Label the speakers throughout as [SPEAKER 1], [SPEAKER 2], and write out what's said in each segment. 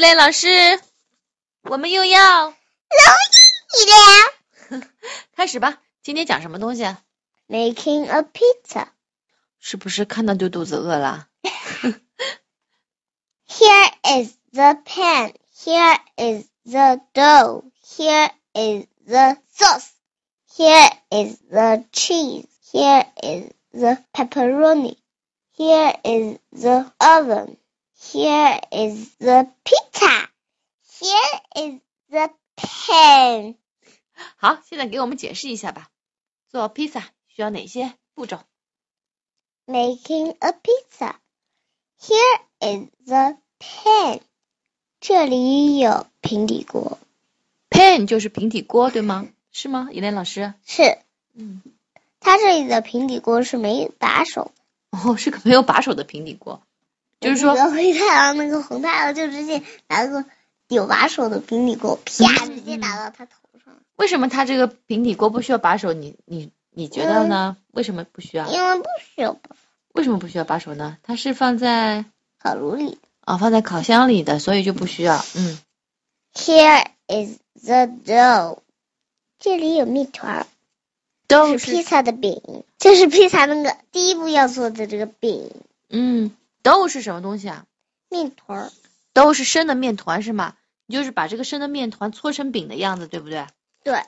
[SPEAKER 1] 位老师，我们又要
[SPEAKER 2] 你俩
[SPEAKER 1] 开始吧。今天讲什么东西啊？
[SPEAKER 2] making a pizza.
[SPEAKER 1] 是不是看到就肚子饿了？
[SPEAKER 2] Here is the pan. Here is the dough. Here is the sauce. Here is the cheese. Here is the pepperoni. Here is the oven. Here is the pizza. Here is the pan.
[SPEAKER 1] 好，现在给我们解释一下吧。做披萨需要哪些步骤？
[SPEAKER 2] making a pizza. Here is the pan. 这里有平底锅，
[SPEAKER 1] pan 就是平底锅，对吗？是吗，伊莲老师？
[SPEAKER 2] 是
[SPEAKER 1] 嗯，
[SPEAKER 2] 它这里的平底锅是没把手，
[SPEAKER 1] 哦，是个没有把手的平底锅，就是
[SPEAKER 2] 我记
[SPEAKER 1] 说，
[SPEAKER 2] 得灰太狼那个红太狼就直接拿个有把手的平底锅，啪，直接打到他头上，
[SPEAKER 1] 为什么它这个平底锅不需要把手？你你你觉得呢？为什么不需要？
[SPEAKER 2] 因为不需要
[SPEAKER 1] 为什么不需要把手呢？它是放在
[SPEAKER 2] 烤炉里。
[SPEAKER 1] 啊、放在烤箱里的，所以就不需要。嗯，
[SPEAKER 2] Here is the dough. 这里有面团儿，
[SPEAKER 1] 都
[SPEAKER 2] 是披萨的饼，这是披萨那个第一步要做的这个饼
[SPEAKER 1] 嗯，豆是什么东西啊？
[SPEAKER 2] 面团儿。
[SPEAKER 1] 豆是生的面团是吗？你就是把这个生的面团搓成饼的样子，对不对？
[SPEAKER 2] 对。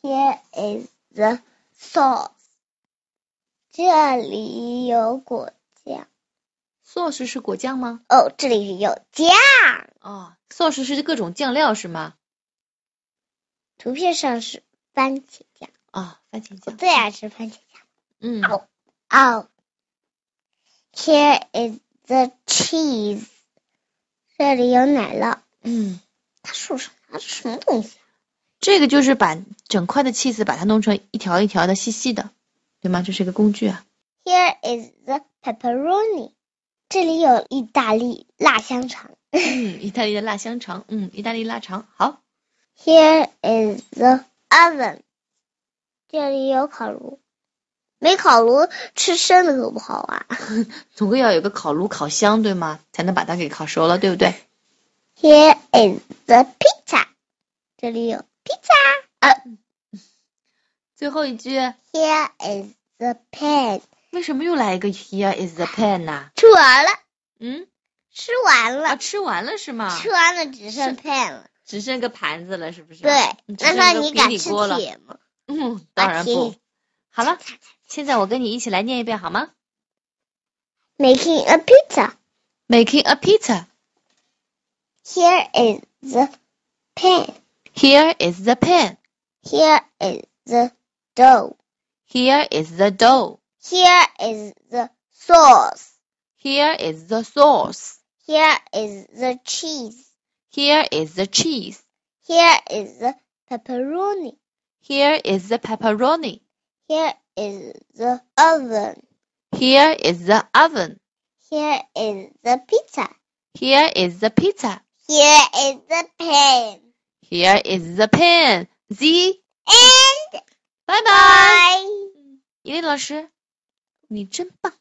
[SPEAKER 2] Here is the sauce。这里有果酱。
[SPEAKER 1] sauce 是果酱吗？
[SPEAKER 2] 哦，这里是有酱。
[SPEAKER 1] 哦，sauce 是各种酱料是吗？
[SPEAKER 2] 图片上是番茄酱，
[SPEAKER 1] 啊、番茄
[SPEAKER 2] 我
[SPEAKER 1] 酱。
[SPEAKER 2] 最爱吃番茄酱。
[SPEAKER 1] 嗯，
[SPEAKER 2] 哦、Here is the cheese。这里有奶酪。
[SPEAKER 1] 嗯，
[SPEAKER 2] 它树上拿着什么东西？啊
[SPEAKER 1] 这个就是把整块的 cheese 把它弄成一条一条的细细的，对吗？这是一个工具啊。
[SPEAKER 2] Here is the pepperoni。这里有意大利辣香肠。
[SPEAKER 1] 嗯，意大利的辣香肠，嗯，意大利腊肠。好，
[SPEAKER 2] Here is the oven。这里有烤炉，没烤炉吃生的可不好啊。
[SPEAKER 1] 总归要有个烤炉、烤箱，对吗？才能把它给烤熟了，对不对？
[SPEAKER 2] Here is the pizza。这里有 pizza。
[SPEAKER 1] 最后一句
[SPEAKER 2] Here is the pan。
[SPEAKER 1] 为什么又来一个 Here is the pan 呐、
[SPEAKER 2] 吃完了，
[SPEAKER 1] 嗯，
[SPEAKER 2] 吃完
[SPEAKER 1] 啊，
[SPEAKER 2] 了，
[SPEAKER 1] 吃完了是吗？
[SPEAKER 2] 吃完了只剩 pan 了。
[SPEAKER 1] 只剩个盘子了，是不是？
[SPEAKER 2] 对，
[SPEAKER 1] 嗯只
[SPEAKER 2] 那那
[SPEAKER 1] 剩个
[SPEAKER 2] 你
[SPEAKER 1] 平
[SPEAKER 2] 敢
[SPEAKER 1] 底
[SPEAKER 2] 吃
[SPEAKER 1] 锅了
[SPEAKER 2] 铁吗？
[SPEAKER 1] 嗯，当然
[SPEAKER 2] 把
[SPEAKER 1] 不
[SPEAKER 2] 铁。
[SPEAKER 1] 好了，现在我跟你一起来念一遍好吗
[SPEAKER 2] Making a pizza。
[SPEAKER 1] ？Making a pizza.
[SPEAKER 2] Here is the pan.
[SPEAKER 1] Here is the pan.
[SPEAKER 2] Here is the dough.
[SPEAKER 1] Here is the dough.
[SPEAKER 2] Here is the sauce.
[SPEAKER 1] Here is the sauce.
[SPEAKER 2] Here is the cheese.
[SPEAKER 1] Here is the cheese.
[SPEAKER 2] Here is the pepperoni.
[SPEAKER 1] Here is the pepperoni.
[SPEAKER 2] Here is the oven.
[SPEAKER 1] Here is the oven.
[SPEAKER 2] Here is the pizza.
[SPEAKER 1] Here is the pizza.
[SPEAKER 2] Here is the pan.
[SPEAKER 1] Here is the pan. Z.
[SPEAKER 2] And
[SPEAKER 1] 拜拜。
[SPEAKER 2] bye.
[SPEAKER 1] 伊丽老师，你真棒。